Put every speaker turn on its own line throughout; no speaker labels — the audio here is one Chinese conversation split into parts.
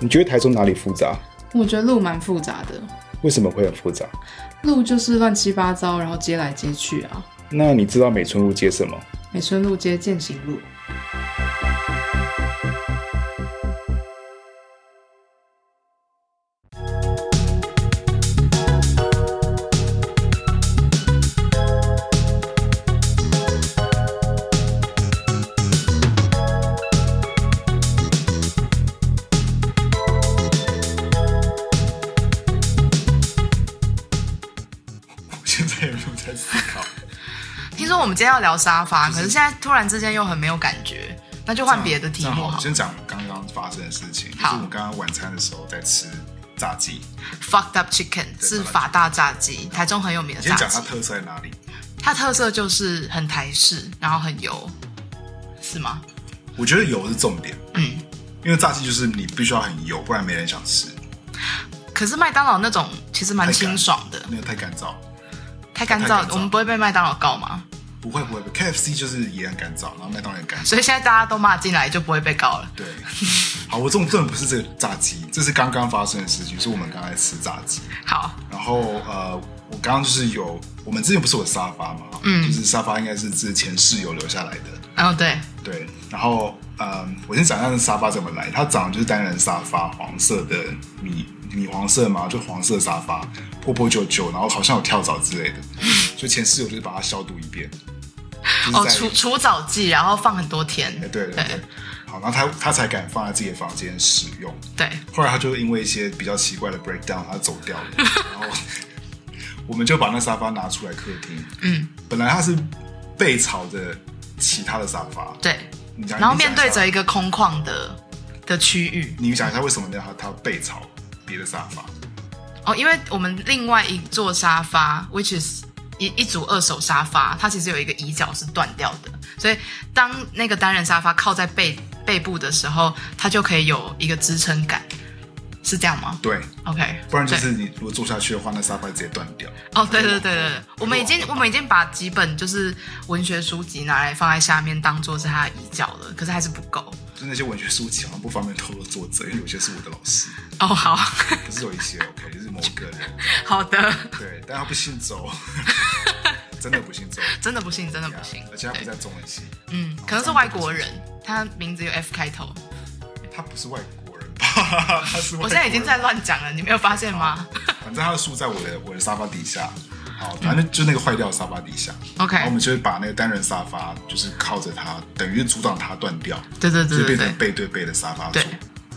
你觉得台中哪里复杂？
我觉得路蛮复杂的，
为什么会很复杂？
路就是乱七八糟，然后接来接去啊。
那你知道美村路接什么？
美村路接践行路，
我现在也没有在思考。
听说我们今天要聊沙发，可是现在突然之间又很没有感觉，那就换别的题
这样
目
好
好
了。先讲刚刚发生的事情，就是
好
我们刚刚晚餐的时候在吃炸鸡，
Fucked up chicken 是法大炸鸡，台中很有名的
你先
炸
讲它
鸡，
特色在哪里？
它特色就是很台式，然后很油，是吗？
我觉得油是重点，
嗯。
因为炸鸡就是你必须要很油，不然没人想吃，
可是麦当劳那种其实蛮
太干
清爽的，
那个太干燥。
太干
太
燥
干，燥
我们不会被麦当劳告嘛，
不会不会不会，KFC 就是也很干燥，然后麦当劳也很干燥。
所以现在大家都骂进来就不会被告了。
对，好，我重点不是这个炸鸡，这是刚刚发生的事情，是我们刚才吃炸鸡。
好，
然后呃，我刚刚就是有，我们之前不是有沙发嘛，嗯，就是沙发应该是之前室友留下来的，
然后对，
对，然后嗯，我先讲一下那沙发怎么来，它长得就是单人沙发，黄色的米米黄色嘛，就黄色沙发，破破旧旧，然后好像有跳蚤之类的，所以前室友就是把它消毒一遍，就是
哦，
在、
除除藻剂，然后放很多天
哎，对对对
对，
好，然后他他才敢放在自己的房间使用，
对，
后来他就因为一些比较奇怪的 breakdown，他走掉 了。然后我们就把那沙发拿出来客厅。
嗯，
本来他是背朝着其他的沙发。
对，
你讲，
然后面对着
你
一个空旷的的区
讲一下，
域
你讲一下为什么他他背朝别的沙发？
哦，因为我们另外一座沙发，which is 一一组二手沙发，它其实有一个椅角是断掉的，所以当那个单人沙发靠在背背部的时候，它就可以有一个支撑感，是这样吗
对，
？OK，
不然就
对
是你如果坐下去的话，那沙发直接断掉。
哦，对对对对对，我们已经
往后
我们已经把几本就是文学书籍拿来放在下面当做是它的椅脚了，可是还是不够。
就那些文学书籍好像不方便透露作者，因为有些是我的老 师，
哦，好
可是有一些 OK 就是某个人，
好的，
对，但他不姓 周，真的不姓周，
真的不行，真的不行。
而且他不
对
在中文系，
嗯，可能是外国人，他名字有 F 开头。
他不是外国人吧？ 他是外国人
我现在已经在，乱讲了，你没有发现吗
反正他的书在我的我的沙发底下。好，反正就是那个坏掉的沙发底下。
？OK，
然哦后我们就是把那个单人沙发，就是靠着它，等于阻挡它断掉，
对对
就
对对
变成
对，
背对背的沙发坐
对。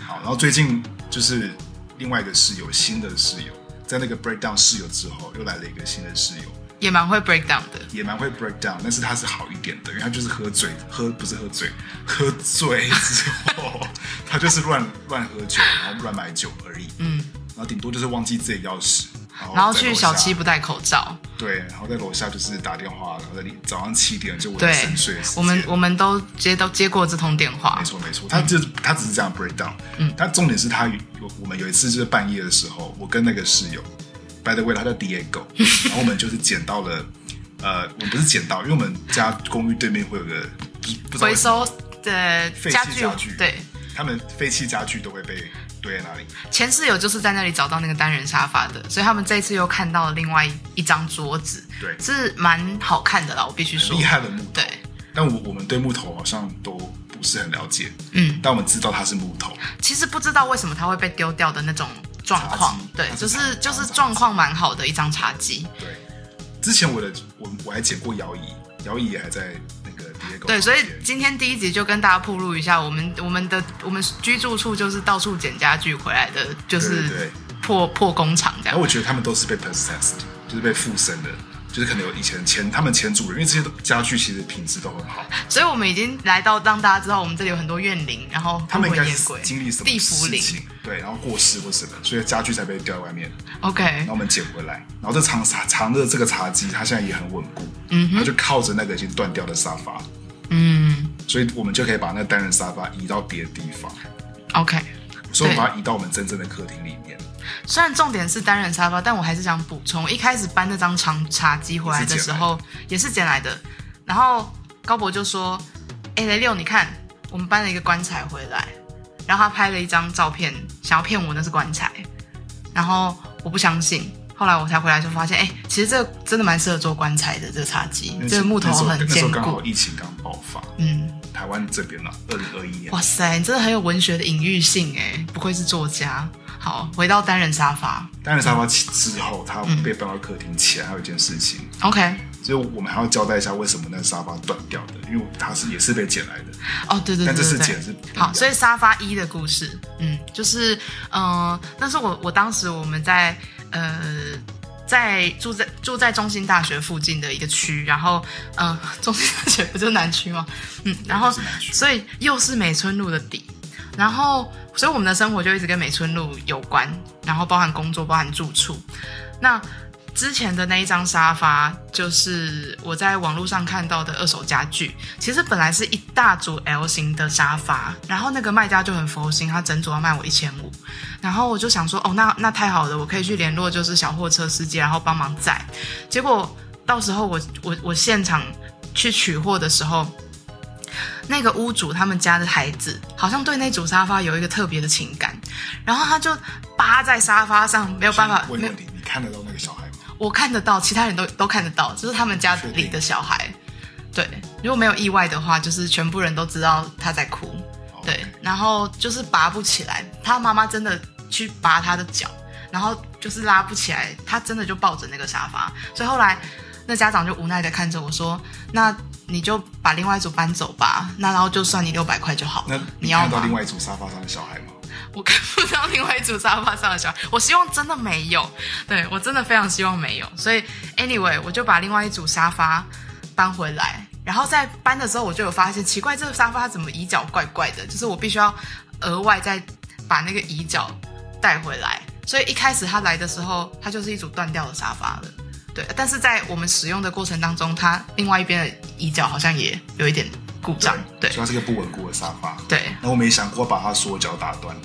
好，然后最近就是另外一个室友，新的室友，在那个 breakdown 室友之后，又来了一个新的室友，
也蛮会 break down 的。
也蛮会 breakdown，但是他是好一点的，因为他就是喝醉，喝不是喝醉， 喝醉之后，他就是乱乱喝酒，然后乱买酒而已。
嗯，
然后顶多就是忘记自己钥匙，然后
然后
在
去
楼
小
下
七不戴口罩，
对，然后在楼下就是打电话，然后在里早上七点就我
对
深睡的时，间
我们我们都接都接过这通电话
没。错没错，他就是他只是这样 break down，嗯，他重点是他有我们有一次就是半夜的时候，我跟那个室友，by the way 他叫 Diego，然后我们就是捡到了，呃，我们不是捡到，因为我们家公寓对面会有个不是不知道为
回
什么
收的
废弃
家具
家，具
对，
他们废弃家具都会被堆在那里，
前室友就是在那里找到那个单人沙发的，所以他们这一次又看到了另外一一张桌子，
对
是蛮好看的啦，我必须说
很厉，害的木头，
对，
但我我们对木头好像都不是很了解，
嗯，
但我们知道它是木头，
其实不知道为什么它会被丢掉的那种状况
茶几，
对，
它
就是是
茶
就是
茶
状况蛮好的一张茶几，
对，之前我的我我还捡过摇椅，摇椅也还在那个 Diego
对，所以
房间
今天第一集就跟大家铺路一下，我们我们的我们居住处就是到处捡家具回来的，就
对对
是
对
破破工厂这
然后
样
哎我，觉得他们都是被 possessed，就是被附身的，就是可能有以前前他们前主人，因为这些家具其实品质都很 好，
所以我们已经来到让大家知道我们这里有很多怨灵，然后
他们应
孤
该
魂野
是
鬼、
经历什么
地府
事
灵
情，对，然后过世或什么，所以家具才被丢在外面，
，OK
然后。我们捡回来，然后这长茶长的这个茶几，它现在也很稳固，嗯，它就靠着那个已经断掉的沙发，
嗯
所以我们就可以把那个单人沙发移到别的地方，
，OK。
所以我们把它移到我们真正的客厅里面。
虽然重点是单人沙发，但我还是想补充，一开始搬那张长茶几回来的时候也是捡来的，然后高博就说：“哎、雷六，你看，我们搬了一个棺材回来。”然后他拍了一张照片，想要骗我那是棺材，然后我不相信。后来我才回来就发现，哎、其实这个真的蛮适合做棺材的，这个茶几，
那
这
时
个木头
那时候
很
那时
坚
候刚好
固。
疫情刚爆发，
嗯，
台湾这边呢，二零二一年
哇塞，你真的很有文学的隐喻性哎，不愧是作家。好，回到单人沙发
单人沙发起之后，他
嗯
被搬到客厅前，还有一件事情，
，OK，
就是我们还要交代一下为什么那沙发断掉的，因为它是也是被捡来的，
哦，对对对
但这
对
次
对
捡是不一样
好，所以沙发一的故事，嗯，就是，嗯、呃，那是我我当时我们在呃。在住在住在中心大学附近的一个区，然后，嗯、呃，中心大学不就是南区吗？嗯，然后
就是南区
所以又是美村路的底，然后所以我们的生活就一直跟美村路有关，然后包含工作，包含住处。那之前的那一张沙发，就是我在网络上看到的二手家具。其实本来是一大组 L 型的沙发，然后那个卖家就很佛心，他整组要卖我一千五，然后我就想说，哦，那那太好了，我可以去联络就是小货车司机，然后帮忙载。结果到时候我我我现场去取货的时候，那个屋主他们家的孩子好像对那组沙发有一个特别的情感，然后他就扒在沙发上，没有办法，
问
没有
问题，你看得到那个小孩吗？
我看得到，其他人都都看得到，就是他们家里的小孩。对，如果没有意外的话，就是全部人都知道他在哭。
哦
对，然后就是拔不起来，他妈妈真的去拔他的脚，然后就是拉不起来，他真的就抱着那个沙发。所以后来那家长就无奈的看着我说：“那你就把另外一组搬走吧，那然后就算你六百块就好
那
了。
你
要
看到
吗
另外一组沙发上的小孩吗？
我看不到另外一组沙发上的小孩，我希望真的没有，对我真的非常希望没有。所以，anyway，我就把另外一组沙发搬回来，然后在搬的时候，我就有发现奇怪，这个沙发怎么移角怪怪的？就是我必须要额外再把那个移角带回来。所以一开始它来的时候，它就是一组断掉的沙发了。对，但是在我们使用的过程当中，它另外一边的移角好像也有一点故障，对
所以它是个不稳固的沙发。
对，
那我们也想过把它锁脚打断，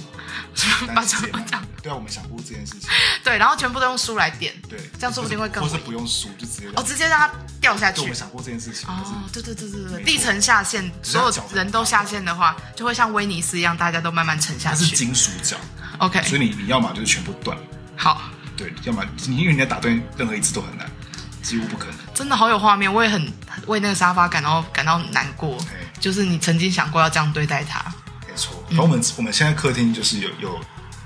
把
但
脚
是也
打
蛮
断
难。对啊，我们想过这件事情。
对，然后全部都用书来点，
对，
这样说不定会更
或是
稳
不用输就直接
哦，直接让它掉下
对，我
去
们。想过这件事情，
哦
可是，
对对对对
没错
对，地层下陷，
只
所
要
有人都下陷的话，就会像威尼斯一样，大家都慢慢沉下
它是
去。
金属脚，
OK，
所以你你要么就是全部断，
好，
对，要么你因为你要打断任何一只都很难，几乎不可能。
真的好有画面，我也很为那个沙发感到感到难过。就是你曾经想过要这样对待它，
没错，
嗯
然后我们、我们现在客厅就是有有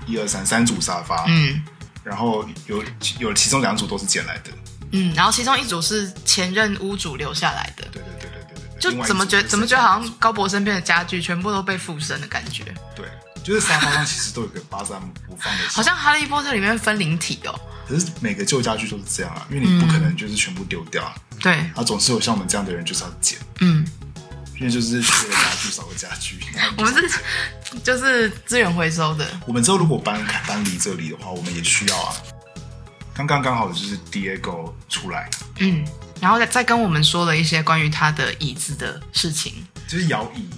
一二三三组沙发，
嗯
然后有有其中两组都是捡来的，
嗯，然后其中一组是前任屋主留下来的。
对对对对对对对，
就
另外一
怎么
组
觉
是
怎么觉得好像
剩
高博身边的家具全部都被附身的感觉，
下的对，就是沙发上其实都有个巴掌不放的，
好像《哈利波特》里面分灵体哦。
可是每个旧家具都是这样啊，因为
嗯
你不可能就是全部丢掉，
对，
啊，总是有像我们这样的人就是要捡，
嗯，
因为就是缺了家具少了家具，然后
我们是就是资源回收的，
我们之后如果搬搬离这里的话，我们也需要啊。刚刚刚好就是 Diego 出来，
嗯，然后再再跟我们说了一些关于他的椅子的事情。
就是摇椅，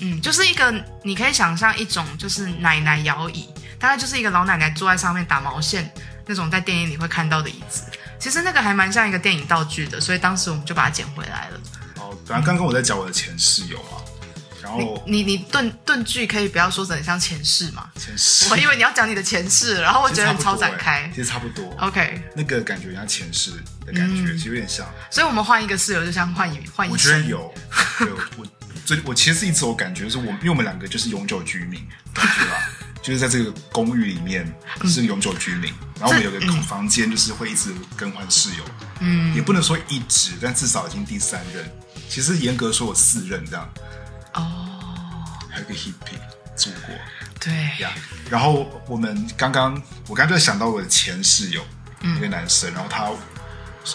嗯，就是一个你可以想象一种就是奶奶摇椅，大概就是一个老奶奶坐在上面打毛线那种，在电影里会看到的椅子。其实那个还蛮像一个电影道具的，所以当时我们就把它捡回来了。
然后哦反正刚刚我在讲我的前室友啊，然后
你你盾盾句可以不要说得很像前世嘛？
前室，
我以为你要讲你的前世，然后我
其
觉
实
得
差
你
不
超
多
展开
欸。 其实差不多。
OK，嗯
那个感觉像前世的感觉，其实有点像。
所以我们换一个室友就像换一换一
我觉得有，对我最我其实一直有感觉，就是我因为我们两个就是永久居民，感觉啦，就是在这个公寓里面是永久居民，然后我们有个房间就是会一直更换室友，嗯，也不能说一直，但至少已经第三任，其实严格说有四任这样，
哦，
还有一个 hippie 住过
对，
呀。然后我们刚刚我刚刚就想到我的前室友，一个男生，然后他。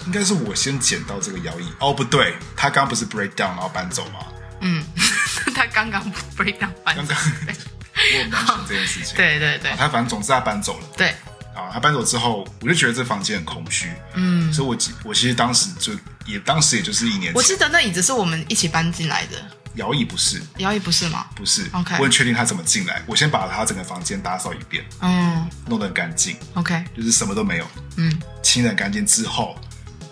应该是我先捡到这个摇椅哦，不对，他刚刚不是 break down 然后搬走吗？
嗯， 他刚刚 break down 搬
刚
走
刚我有 mention 这件事情。
对对对
啊，他反正总之他搬走了。
对，
啊，他搬走之后，我就觉得这房间很空虚。嗯，所以我其我其实当时就也当时也就是一年
我记
前，
得那椅子是我们一起搬进来的，
摇椅不是
摇椅不是吗？
不是
OK
我很确定他怎么进来。我先把他整个房间打扫一遍，
嗯
弄得很干净，
，OK，
就是什么都没有，
嗯
清得很干净之后，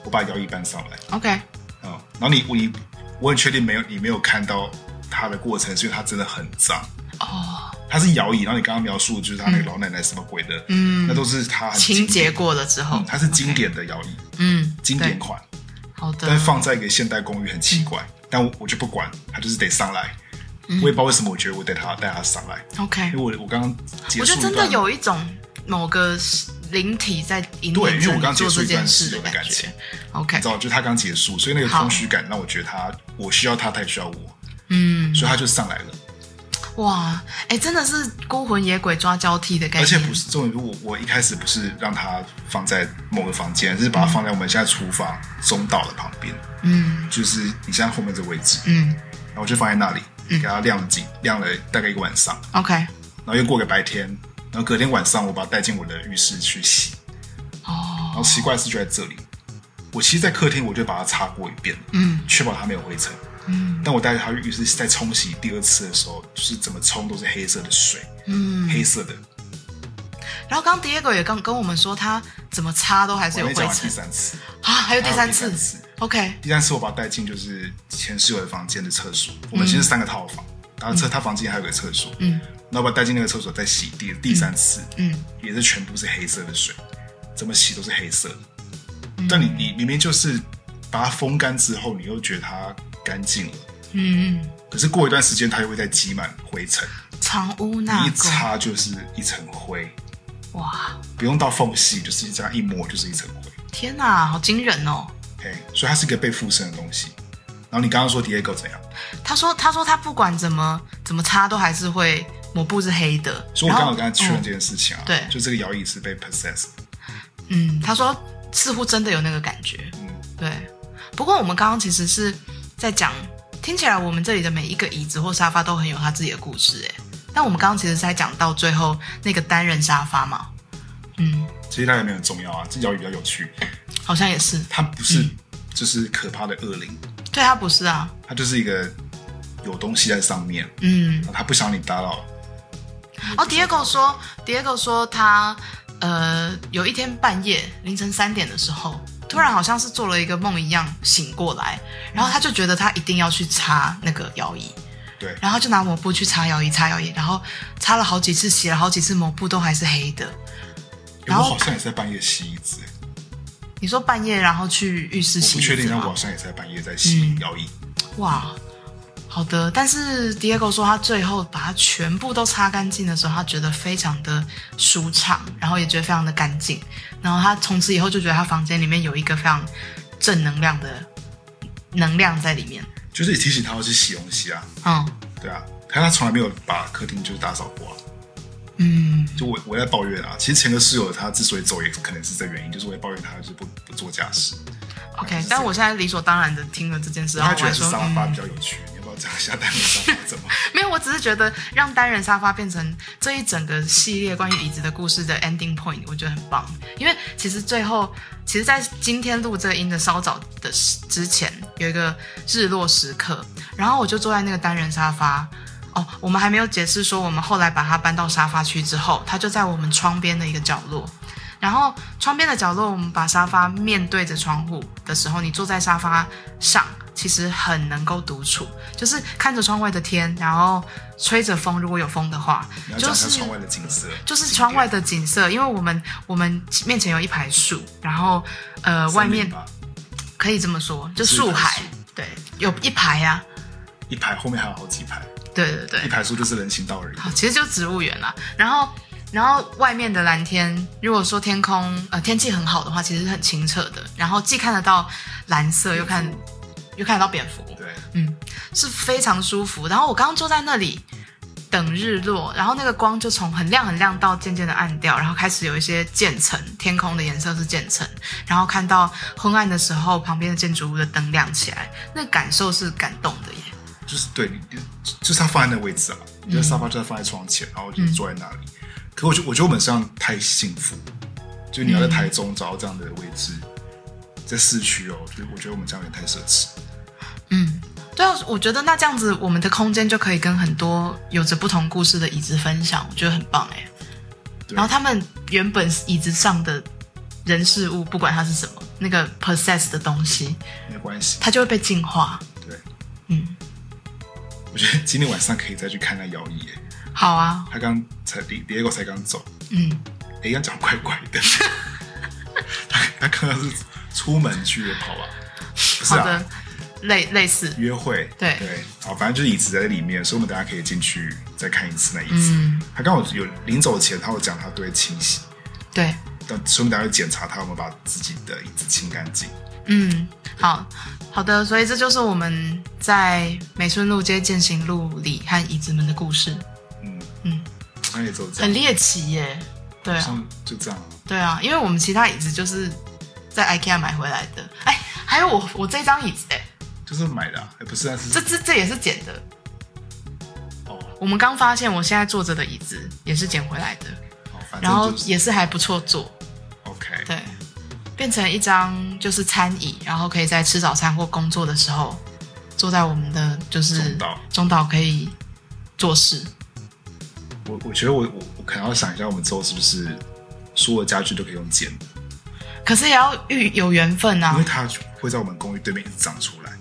我把摇椅搬上来。
，OK，
啊、然后你你我很确定没有你没有看到他的过程，所以他真的很脏。
哦，
它是摇椅，然后你刚刚描述就是他那个老奶奶什么鬼的，嗯，那都是他很
嗯清
经
洁
典，
过了之后
嗯，它是经典的摇椅，
嗯，嗯
经典款，
对，好的
但，是放在一个现代公寓很奇怪，但我我就不管，它就是得上来，
嗯
我也不知道为什么，我觉得我得他带他上来，
OK
因为。我我刚刚结
我
束
觉
一段
得真的有一种某个灵体在引
对
领
因为
着
我
你
刚
做
结束
这
一
件
段
事
室
的
友的
感
感
觉
情。
OK，
你知道，就他刚结束，所以那个
好
空虚感让我觉得他，我需要他，他也需要我，
嗯，
所以他就上来了。
哇，哎，真的是孤魂野鬼抓交替的概
而且
念，
不是重点，我我一开始不是让他放在某个房间，是把它放在我们现在厨房中岛的旁边，
嗯
就是你现在后面这个位置，
嗯
然后我就放在那里，给他晾了几晾了大概一个晚上，
，OK，
然后又过个白天，然后隔天晚上我把它带进我的浴室去洗，
哦，
然后奇怪的事就在这里，我其实，在客厅我就把它擦过一遍，
嗯
确保它没有灰尘。
嗯
但我带它去浴室在冲洗第二次的时候，就是怎么冲都是黑色的水，
嗯。
黑色的。
然后刚刚 Diego 也刚跟我们说，他怎么擦都还是
我
有
没
灰
讲完第
尘
三次，
啊，还有第三
还有第
次
三次
，OK，
第三次我把它带进就是前室友的房间的厕所，我们其实是三个套房，然后厕他房间还有个厕所，
嗯，
然后把它带进那个厕所再洗第第三次，
嗯
也是全部是黑色的水，怎么洗都是黑色的。但你你明明就是把它风干之后，你又觉得它干净了，
嗯嗯，
可是过一段时间它又会再积满灰尘，
藏污
你
纳
一
垢，
擦就是一层灰，
哇，
不用到缝隙，就是这样一摸就是一层灰。
天哪，好惊人哦！
嘿，所以它是一个被附身的东西。然后你刚刚说 Diego 怎样？
他说：“他说他不管怎么怎么擦，都还是会抹布是黑的。然后”
所以我刚好跟他确认这件事情啊，
对
就这个摇椅是被 possess，
嗯。嗯，他说似乎真的有那个感觉。
嗯，
对，不过我们刚刚其实是在讲，听起来我们这里的每一个椅子或沙发都很有他自己的故事哎。但我们刚刚其实是在讲到最后那个单人沙发嘛，嗯，
其实它也没有很重要啊，这摇椅比较有趣，
好像也是。
它不是就是可怕的恶灵，
对，他不是啊，
它就是一个有东西在上面，
嗯。
它不想你打扰，
哦，Diego 说，Diego 说他呃有一天半夜凌晨三点的时候，突然好像是做了一个梦一样醒过来，然后他就觉得他一定要去擦那个摇椅，
对，
然后他就拿抹布去擦摇椅，擦摇椅，然后擦了好几次，洗了好几次，抹布都还是黑的。
欸
然
我
后
好像也是在半夜洗椅子，欸
你说半夜然后去浴室
我
洗
不
椅
确定，
子
但我
吗
好？像也是在半夜在洗
嗯
摇椅，
哇，好的。但是 Diego 说他最后把它全部都擦干净的时候，他觉得非常的舒畅，然后也觉得非常的干净。然后他从此以后就觉得他房间里面有一个非常正能量的能量在里面。
就是提醒他要去洗东西啊，
嗯
对啊，可是他从来没有把客厅就是打扫过啊。
嗯
就我我在抱怨啊，其实前个室友他之所以走，也可能是这原因，就是我在抱怨他就是不不做家事，
，OK
是。
但我现在理所当然的听了这件事，然后
他
我
觉
还
得是
说、
沙发
嗯
比、较有趣，你要不要讲一下单人沙发 怎么？
没有，我只是觉得让单人沙发变成这一整个系列关于椅子的故事的 ending point，我觉得很棒。因为其实最后，其实，在今天录这个音的稍早的时之前，有一个日落时刻，然后我就坐在那个单人沙发。哦，我们还没有解释说，我们后来把它搬到沙发区之后，它就在我们窗边的一个角落。然后窗边的角落，我们把沙发面对着窗户的时候，你坐在沙发上，其实很能够独处，就是看着窗外的天，然后吹着风，如果有风的话
你，要
就
讲一下
是
窗外的景色，
就是窗外的景色，因为我们我们面前有一排树，然后呃外
森林
面
吧
可以这么说，就
不是一排
树海
树，
对，有一排呀、
一排后面还有好几排，
对对对
一，排书就是人行道而已。
好，其实就植物园啦。然后，然后外面的蓝天，如果说天空呃天气很好的话，其实是很清澈的。然后既看得到蓝色，又看又看得到蝙蝠，
对，
嗯，是非常舒服。然后我刚刚坐在那里等日落，然后那个光就从很亮很亮到渐渐的暗掉，然后开始有一些渐层，天空的颜色是渐层，然后看到昏暗的时候，旁边的建筑物的灯亮起来，那感受是感动的耶。
就是对，你就就是他放在那个位置啊，
嗯
你的沙发就在放在窗前，然后就是坐在那里。可我觉我觉得我们这样太幸福，就你要在
嗯
台中找到这样的位置，在市区哦，就我觉得我们这样有点太奢侈。
嗯，对啊，我觉得那这样子，我们的空间就可以跟很多有着不同故事的椅子分享，我觉得很棒哎。
对
然后他们原本椅子上的人事物，不管它是什么，那个 possess 的东西，
没关系，
它就会被净化。
对
嗯，
我觉得今天晚上可以再去看那摇椅耶，
好啊，
他刚才第第二个才刚走，
嗯，
哎，要讲怪怪的， 他他刚刚是出门去约炮吧？不是
好
啊
的，，类类似，
约会，
对
对，好，反正就是椅子在里面，所以我们大家可以进去再看一次那椅子。
嗯，
他刚好有临走前，他有讲他都会清洗，
对，
但所以我们大家会检查他有没有把自己的椅子清干净。
嗯，好好的，所以这就是我们在美顺路街践行路里和椅子们的故事，
嗯
嗯，
那也只有这样，
很猎奇耶，对啊，
像就这样啊。
对啊，因为我们其他椅子就是在 IKEA 买回来的，哎，还有我我这张椅子，哎，
就是买的、啊，哎，不是啊，是
这这这也是捡的，
哦，
我们刚发现我现在坐着的椅子也是捡回来的，
哦，反
然后
正就是
也是还不错坐，
OK，
对，变成一张就是餐椅，然后可以在吃早餐或工作的时候坐在我们的就是
中岛
中岛可以做事。
我我觉得我我我可能要想一下，我们之后是不是所有的家具都可以用剪的，
可是也要遇有缘分
因
啊
为，它会在我们公寓对面一直长出来，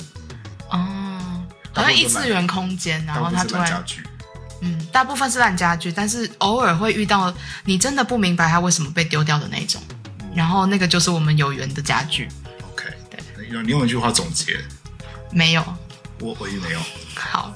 哦，好
大部分
像异次元空间，然
大
后
部分
它
是
突
烂家
然，
具，
嗯，大部分是烂家具，但是偶尔会遇到你真的不明白它为什么被丢掉的那种，然后那个就是我们有缘的家具，
OK，
对
你用你用一句话总结，
没有，
我我也没有。
好，